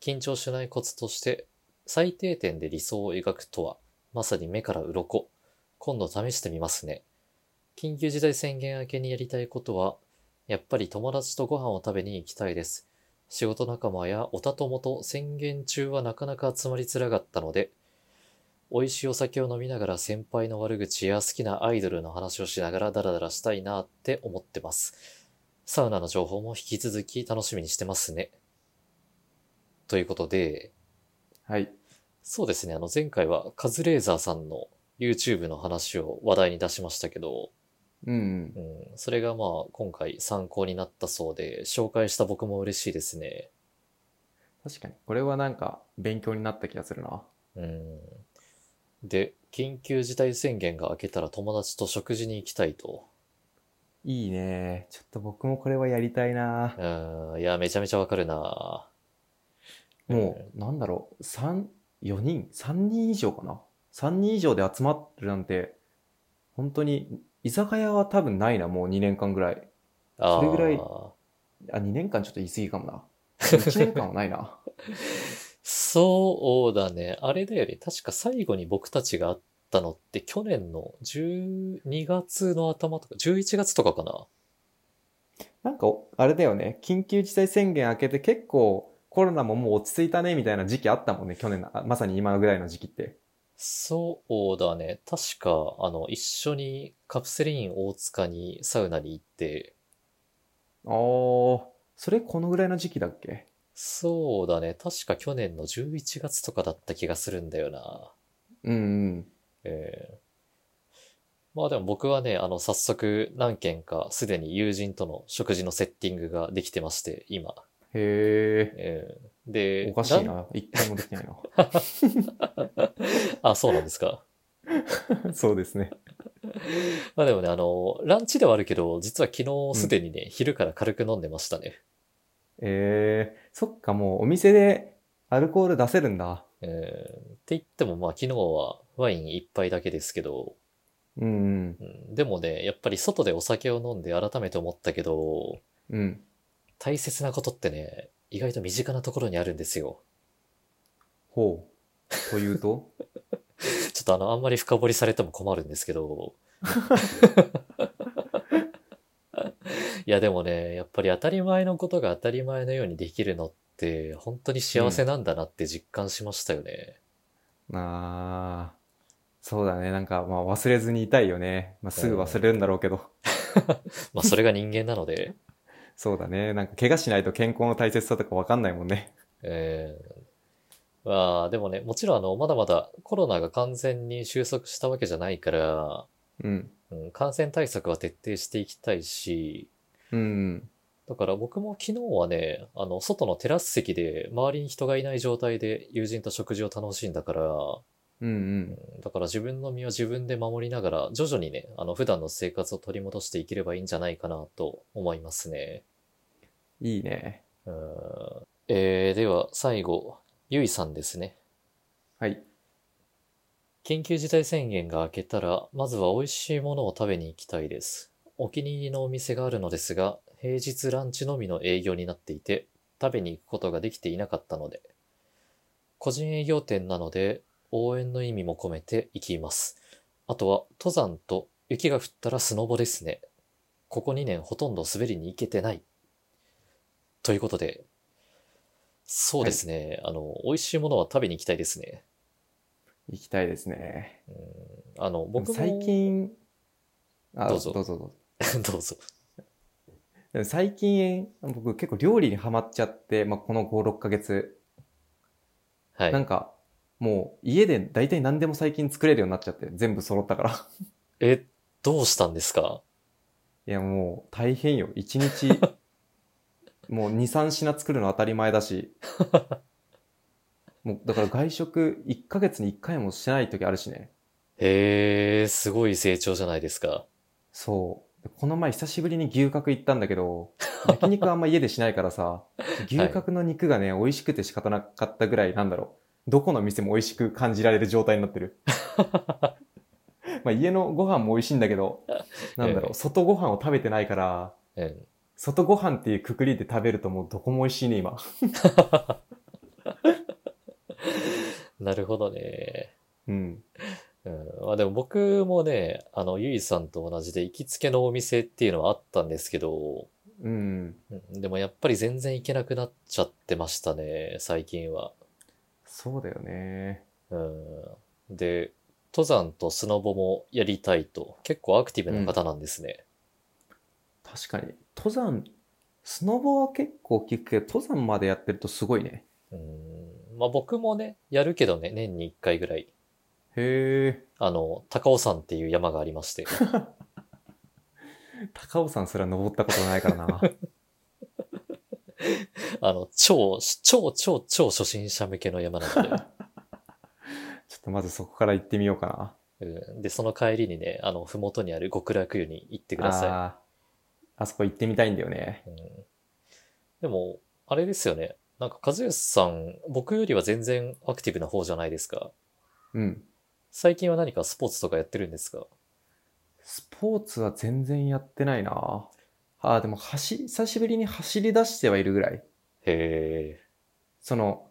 Speaker 2: 緊張しないコツとして、最低点で理想を描くとは、まさに目から鱗。今度試してみますね。緊急事態宣言明けにやりたいことは、やっぱり友達とご飯を食べに行きたいです。仕事仲間やおた友と宣言中はなかなか集まりづらかったので、美味しいお酒を飲みながら先輩の悪口や好きなアイドルの話をしながらダラダラしたいなって思ってます。サウナの情報も引き続き楽しみにしてますね。ということで、
Speaker 1: はい。
Speaker 2: そうですね、あの前回はカズレーザーさんの YouTube の話を話題に出しましたけど、
Speaker 1: うんうん
Speaker 2: う。ん、それがまあ今回参考になったそうで、紹介した僕も嬉しいですね。
Speaker 1: 確かに。これはなんか、勉強になった気がするな。
Speaker 2: うん。で、緊急事態宣言が明けたら友達と食事に行きたいと。
Speaker 1: いいね。ちょっと僕もこれはやりたいな。
Speaker 2: うん、いや、めちゃめちゃわかるな。
Speaker 1: もう、なんだろう。三、4人 ?3 人以上かな ?3 人以上で集まってるなんて、本当に、居酒屋は多分ないな、もう2年間ぐらい。
Speaker 2: あー
Speaker 1: それぐらいあ、2年間ちょっと言い過ぎかもな。1年間はないな。
Speaker 2: そうだね。あれだよね。確か最後に僕たちが会ったのって去年の12月の頭とか、11月とかかな。
Speaker 1: なんか、あれだよね。緊急事態宣言明けて結構コロナももう落ち着いたねみたいな時期あったもんね。去年の、あまさに今ぐらいの時期って。
Speaker 2: そうだね。確か、あの、一緒にカプセリン大塚にサウナに行って、
Speaker 1: あー、それこのぐらいの時期だっけ
Speaker 2: そうだね。確か去年の11月とかだった気がするんだよな。
Speaker 1: うんうん。
Speaker 2: ええまあでも僕はね、あの、早速何件かすでに友人との食事のセッティングができてまして、今。
Speaker 1: へ
Speaker 2: ええ
Speaker 1: え。
Speaker 2: で、
Speaker 1: おかしい
Speaker 2: ん。
Speaker 1: な。一回もできないな。
Speaker 2: あ、そうなんですか。
Speaker 1: そうですね。
Speaker 2: まあでもね、あの、ランチではあるけど、実は昨日すでにね、昼から軽く飲んでましたね。
Speaker 1: えー、そっかもうお店でアルコール出せるんだ。
Speaker 2: ええって言っても、まあ昨日はワイン一杯だけですけど、
Speaker 1: うん
Speaker 2: うん、でもね、やっぱり外でお酒を飲んで改めて思ったけど、
Speaker 1: うん。うん。
Speaker 2: 大切なことってね、意外と身近なところにあるんですよ。
Speaker 1: ほう。という と
Speaker 2: ちょっとあの、あんまり深掘りされても困るんですけど。いや、でもね、やっぱり当たり前のことが当たり前のようにできるのって、本当に幸せなんだなって実感しましたよね。
Speaker 1: あー。そうだね。なんか、まあ忘れずにいたいよね。まあすぐ忘れるんだろうけど。
Speaker 2: まあ、それが人間なので。
Speaker 1: そうだね。なんか、怪我しないと健康の大切さとかわかんないもんね。
Speaker 2: えーまあ、でもね、もちろんあの、まだまだコロナが完全に収束したわけじゃないから、
Speaker 1: うん。
Speaker 2: うん、感染対策は徹底していきたいし、
Speaker 1: うん。
Speaker 2: だから僕も昨日はね、あの、外のテラス席で周りに人がいない状態で友人と食事を楽しんだから、
Speaker 1: うんうん。
Speaker 2: だから自分の身を自分で守りながら、徐々にね、あの、普段の生活を取り戻していければいいんじゃないかなと思いますね。
Speaker 1: いいね。
Speaker 2: うーんえー、では最後、ゆいさんですね。
Speaker 1: はい。
Speaker 2: 緊急事態宣言が明けたら、まずは美味しいものを食べに行きたいです。お気に入りのお店があるのですが、平日ランチのみの営業になっていて、食べに行くことができていなかったので。個人営業店なので、応援の意味も込めて行きます。あとは、登山と雪が降ったらスノボですね。ここ2年ほとんど滑りに行けてない。ということで、そうですね、あの、美味しいものは食べに行きたいですね。
Speaker 1: 行きたいですね。
Speaker 2: うんあの、僕も、
Speaker 1: 最近、あ、
Speaker 2: どうぞ
Speaker 1: どうぞどうぞ。
Speaker 2: どうぞ。
Speaker 1: でも最近、僕結構料理にハマっちゃって、まあ、この5、6ヶ月。
Speaker 2: はい
Speaker 1: な。んか、もう家で大体何でも最近作れるようになっちゃって、全部揃ったから。 い
Speaker 2: え、どうしたんですか
Speaker 1: や、もう大変よ。1日、 もう2、3品作るの当たり前だし。 もう、だから外食1ヶ月に1回もしてない時あるしね。
Speaker 2: へえ、すごい成長じゃないですか。
Speaker 1: そう。でこの前久しぶりに牛角行ったんだけ ど、焼肉あんま家でしないからさ、牛角の肉がね、美味しくて仕方なかったぐらい、なんだろう。どこの店も美味しく感じられる状態になって る。まあ家のご飯も美味しいんだけど、なんだろ
Speaker 2: ええ
Speaker 1: う、外ご飯を食べてないから、
Speaker 2: うん。
Speaker 1: 外ご飯っていうくくりで食べるともうどこも美味しいね、今。
Speaker 2: なるほどね。
Speaker 1: うん。
Speaker 2: うん。まあでも僕もね、あの、ゆいさんと同じで行きつけのお店っていうのはあったんですけど、
Speaker 1: うん。
Speaker 2: うんでもやっぱり全然行けなくなっちゃってましたね、最近は。
Speaker 1: そうだよね。
Speaker 2: うん。で、登山とスノボもやりたいと、結構アクティブな方なんですね。
Speaker 1: 確かに。登山、スノボは結構聞くけど、登山までやってるとすごいね。
Speaker 2: うん。まあ僕もね、やるけどね、年に1回ぐらい。
Speaker 1: へえ。
Speaker 2: あの、高尾山っていう山があり まして。
Speaker 1: 高尾山すら登ったことないから な。
Speaker 2: あの、超、超、超、超初心者向けの山なんで。
Speaker 1: ちょっとまずそこから行ってみようかな。
Speaker 2: うん、で、その帰りにね、あの、ふもとにある極楽湯に行ってくださ
Speaker 1: あーあそこ行ってみたいんだよね。
Speaker 2: い。うん、でも、あれですよね。なんか、和義さん、僕よりは全然アクティブな方じゃないですか。
Speaker 1: うん。
Speaker 2: 最近は何かスポーツとかやってるんですか
Speaker 1: スポーツは全然やってないな。ああ、でも走、久しぶりに走り出してはいるぐらい。
Speaker 2: へ
Speaker 1: その、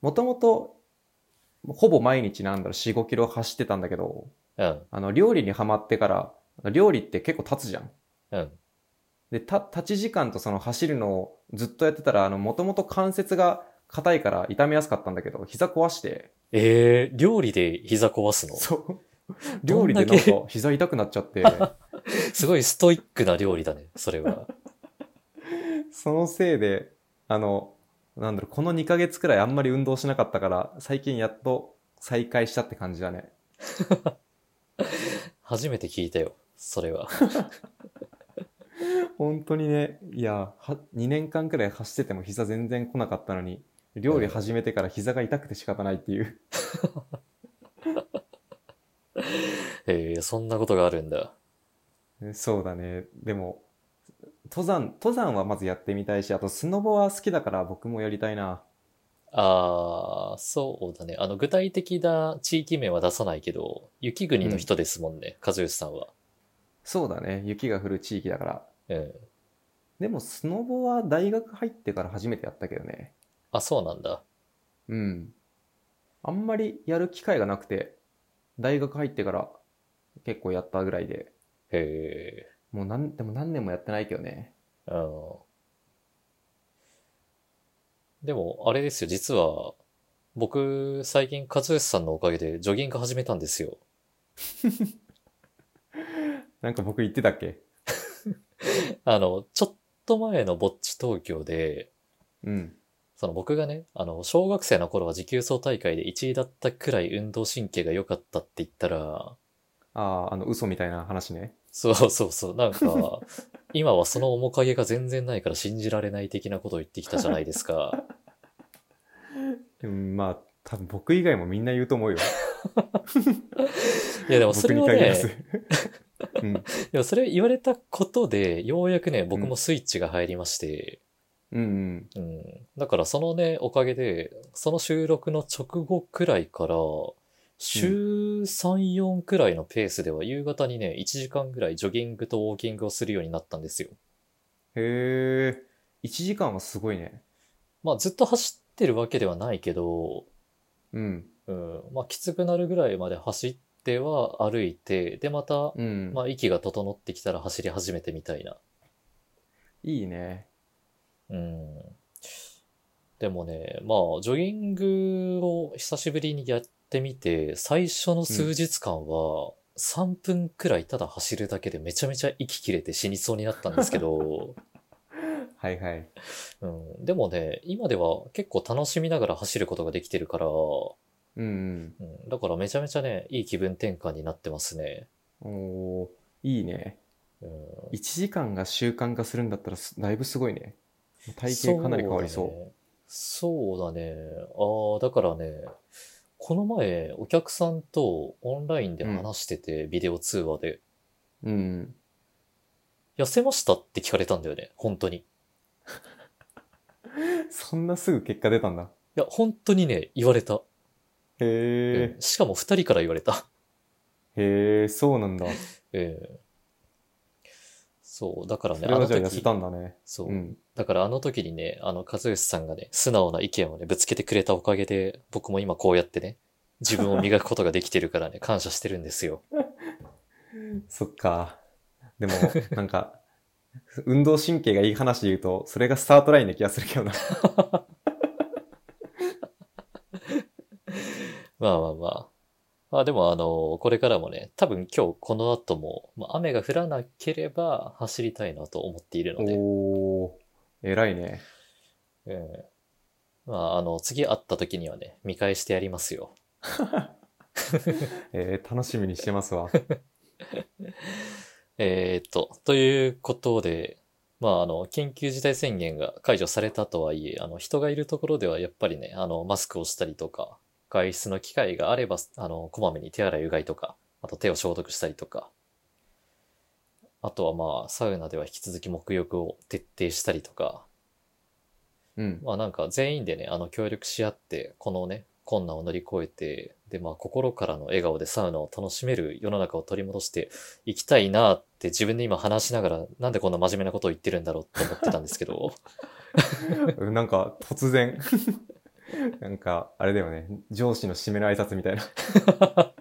Speaker 1: もともと、ほぼ毎日なんだろう、4、5キロ走ってたんだけど、
Speaker 2: え。うん、
Speaker 1: あの、料理にハマってから、料理って結構立つじゃん。
Speaker 2: うん。
Speaker 1: で、た、立ち時間とその走るのをずっとやってたら、あの、もともと関節が硬いから痛めやすかったんだけど、膝壊して、
Speaker 2: ええ料理で膝壊すの
Speaker 1: そう。料理でなんか膝痛くなっちゃって、
Speaker 2: すごいストイックな料理だね、それは。
Speaker 1: そのせいで、あの、なんだろう、この2ヶ月くらいあんまり運動しなかったから、最近やっと再開したって感じだね。
Speaker 2: 初めて聞いたよ、それは。
Speaker 1: 本当にね、いや、は2年間くらい走ってても膝全然来なかったのに、料理始めてから膝が痛くて仕方ないっていう。
Speaker 2: へえ、そんなことがあるんだ。
Speaker 1: そうだね。でも、登山、登山はまずやってみたいし、あとスノボは好きだから僕もやりたいな。
Speaker 2: ああ、そうだね。あの、具体的な地域名は出さないけど、雪国の人ですもんね、和義さんは。
Speaker 1: そうだね。雪が降る地域だから。
Speaker 2: うん。
Speaker 1: でも、スノボは大学入ってから初めてやったけどね。
Speaker 2: あ、そうなんだ。
Speaker 1: うん。あんまりやる機会がなくて、大学入ってから結構やったぐらいで、
Speaker 2: へ
Speaker 1: もうなん、でも何年もやってないけどね。
Speaker 2: え。うん。でも、あれですよ、実は、僕、最近、和義さんのおかげでジョギング始めたんですよ。
Speaker 1: なんか僕言ってたっけ
Speaker 2: あの、ちょっと前のぼっち東京で、
Speaker 1: うん。
Speaker 2: その僕がね、あの、小学生の頃は持久走大会で1位だったくらい運動神経が良かったって言ったら、
Speaker 1: ああ、あの、嘘みたいな話ね。
Speaker 2: そうそうそう。なんか、今はその面影が全然ないから信じられない的なことを言ってきたじゃないですか。
Speaker 1: うん、まあ、多分僕以外もみんな言うと 思うよ。
Speaker 2: いやでもそ
Speaker 1: 僕
Speaker 2: れ
Speaker 1: に
Speaker 2: を
Speaker 1: 限ら
Speaker 2: ね、
Speaker 1: ず。うん。
Speaker 2: でもそれ言われたことで、ようやくね、僕もスイッチが入りまして、
Speaker 1: うんうん。
Speaker 2: うん。だからそのね、おかげで、その収録の直後くらいから、週3、4くらいのペースでは夕方にね、1時間ぐらいジョギングとウォーキングをするようになったんですよ。
Speaker 1: へえ。1時間はすごいね。
Speaker 2: まあずっと走ってるわけではないけど、
Speaker 1: うん。
Speaker 2: うん、まあきつくなるぐらいまで走っては歩いて、でまた、
Speaker 1: うん。
Speaker 2: まあ息が整ってきたら走り始めてみたいな。
Speaker 1: いいね。
Speaker 2: うん。でもね、まあジョギングを久しぶりにやっってみて、最初の数日間は、3分くらいただ走るだけでめちゃめちゃ息切れて死にそうになったんです けど、
Speaker 1: はいはい。
Speaker 2: うん、でもね、今では結構楽しみながら走ることができてるから、う
Speaker 1: うん
Speaker 2: ん、だからめちゃめちゃね、いい気分転換になってますね。
Speaker 1: うん。おーいいね。
Speaker 2: うん、
Speaker 1: 1時間が習慣化するんだったらすだいぶすごいね。体型かなり変わりそう。
Speaker 2: そうだね。そうだね。ああ、だからね、この前お客さんとオンラインで話してて、ビデオ通話で、
Speaker 1: うん。
Speaker 2: 痩せましたって聞かれたんだよね、本当に。い
Speaker 1: そんなすぐ結果出たんだ。
Speaker 2: や、本当にね、言われた。
Speaker 1: へ
Speaker 2: うんしかも二人から言われた。
Speaker 1: え。へえ、そうなんだ。
Speaker 2: ええそう、だからね、
Speaker 1: それはじゃあ
Speaker 2: あの
Speaker 1: 痩
Speaker 2: 時
Speaker 1: せたんだね。
Speaker 2: そう、
Speaker 1: うん。
Speaker 2: だからあの時にね、あの、和義さんがね、素直な意見をね、ぶつけてくれたおかげで、僕も今こうやってね、自分を磨くことができてるからね、感謝してるんですよ。
Speaker 1: そっか。でも、 なんか、運動神経がいい話で言うと、それがスタートラインな気がするけど な。
Speaker 2: まあまあまあ。まあでもあの、これからもね、多分今日この後も、まあ、雨が降らなければ走りたいなと思っているので、
Speaker 1: おー、偉いね。
Speaker 2: うんまああの、次会った時にはね、見返してやりますよ。
Speaker 1: えー、楽しみにしてます わ。
Speaker 2: えーっと、ということで、まあ、あの、緊急事態宣言が解除されたとはいえ、あの、人がいるところではやっぱりね、あの、マスクをしたりとか、外出の機会があれば、あの、こまめに手洗いうがいとか、あと手を消毒したりとか、あとはまあ、サウナでは引き続き沐浴を徹底したりとか、
Speaker 1: うん。
Speaker 2: まあなんか全員でね、あの、協力し合って、このね、困難を乗り越えて、で、まあ心からの笑顔でサウナを楽しめる世の中を取り戻していきたいなって自分で今話しながら、なんでこんな真面目なことを言ってるんだろうって思ってたんです けど、
Speaker 1: うんなんか、突然。 なんか、あれだよね。上司の締めの挨拶みたいな。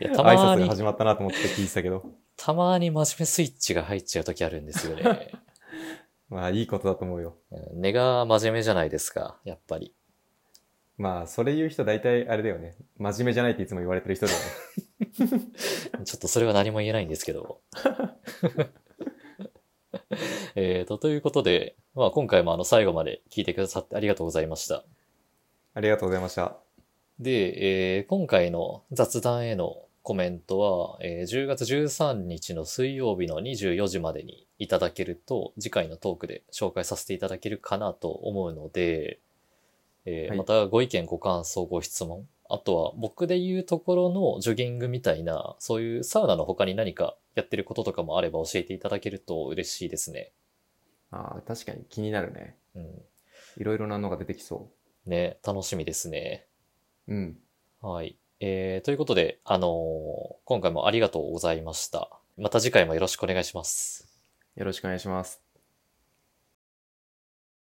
Speaker 2: いや、たま
Speaker 1: 挨拶が
Speaker 2: に、
Speaker 1: 始まったなと思って聞いてたけど。
Speaker 2: たまに真面目スイッチが入っちゃう時あるんです よね。
Speaker 1: まあ、いいことだと思うよ。
Speaker 2: うん根が真面目じゃないですか、やっぱり。
Speaker 1: まあ、それ言う人大体あれだよね。真面目じゃないっていつも言われてる人だよね。
Speaker 2: ちょっとそれは何も言えないんですけ ど。えーと、ということで、まあ今回もあの最後まで聞いてくださってありがとうございました。
Speaker 1: ありがとうございました。
Speaker 2: で、えー今回の雑談へのコメントは、えー10月13日の水曜日の24時までにいただけると、次回のトークで紹介させていただけるかなと思うので、えー
Speaker 1: はい
Speaker 2: またご意見、ご感想、ご質問、あとは僕で言うところのジョギングみたいな、そういうサウナの他に何かやってることとかもあれば教えていただけると嬉しいですね。
Speaker 1: ああ、確かに気になるね。
Speaker 2: うん。
Speaker 1: いろいろなのが出てきそ
Speaker 2: ね、楽しみですね。
Speaker 1: う。うん。
Speaker 2: はい。えー、ということで、あのー今回もありがとうございました。また次回もよろしくお願いします。
Speaker 1: よろしくお願いします。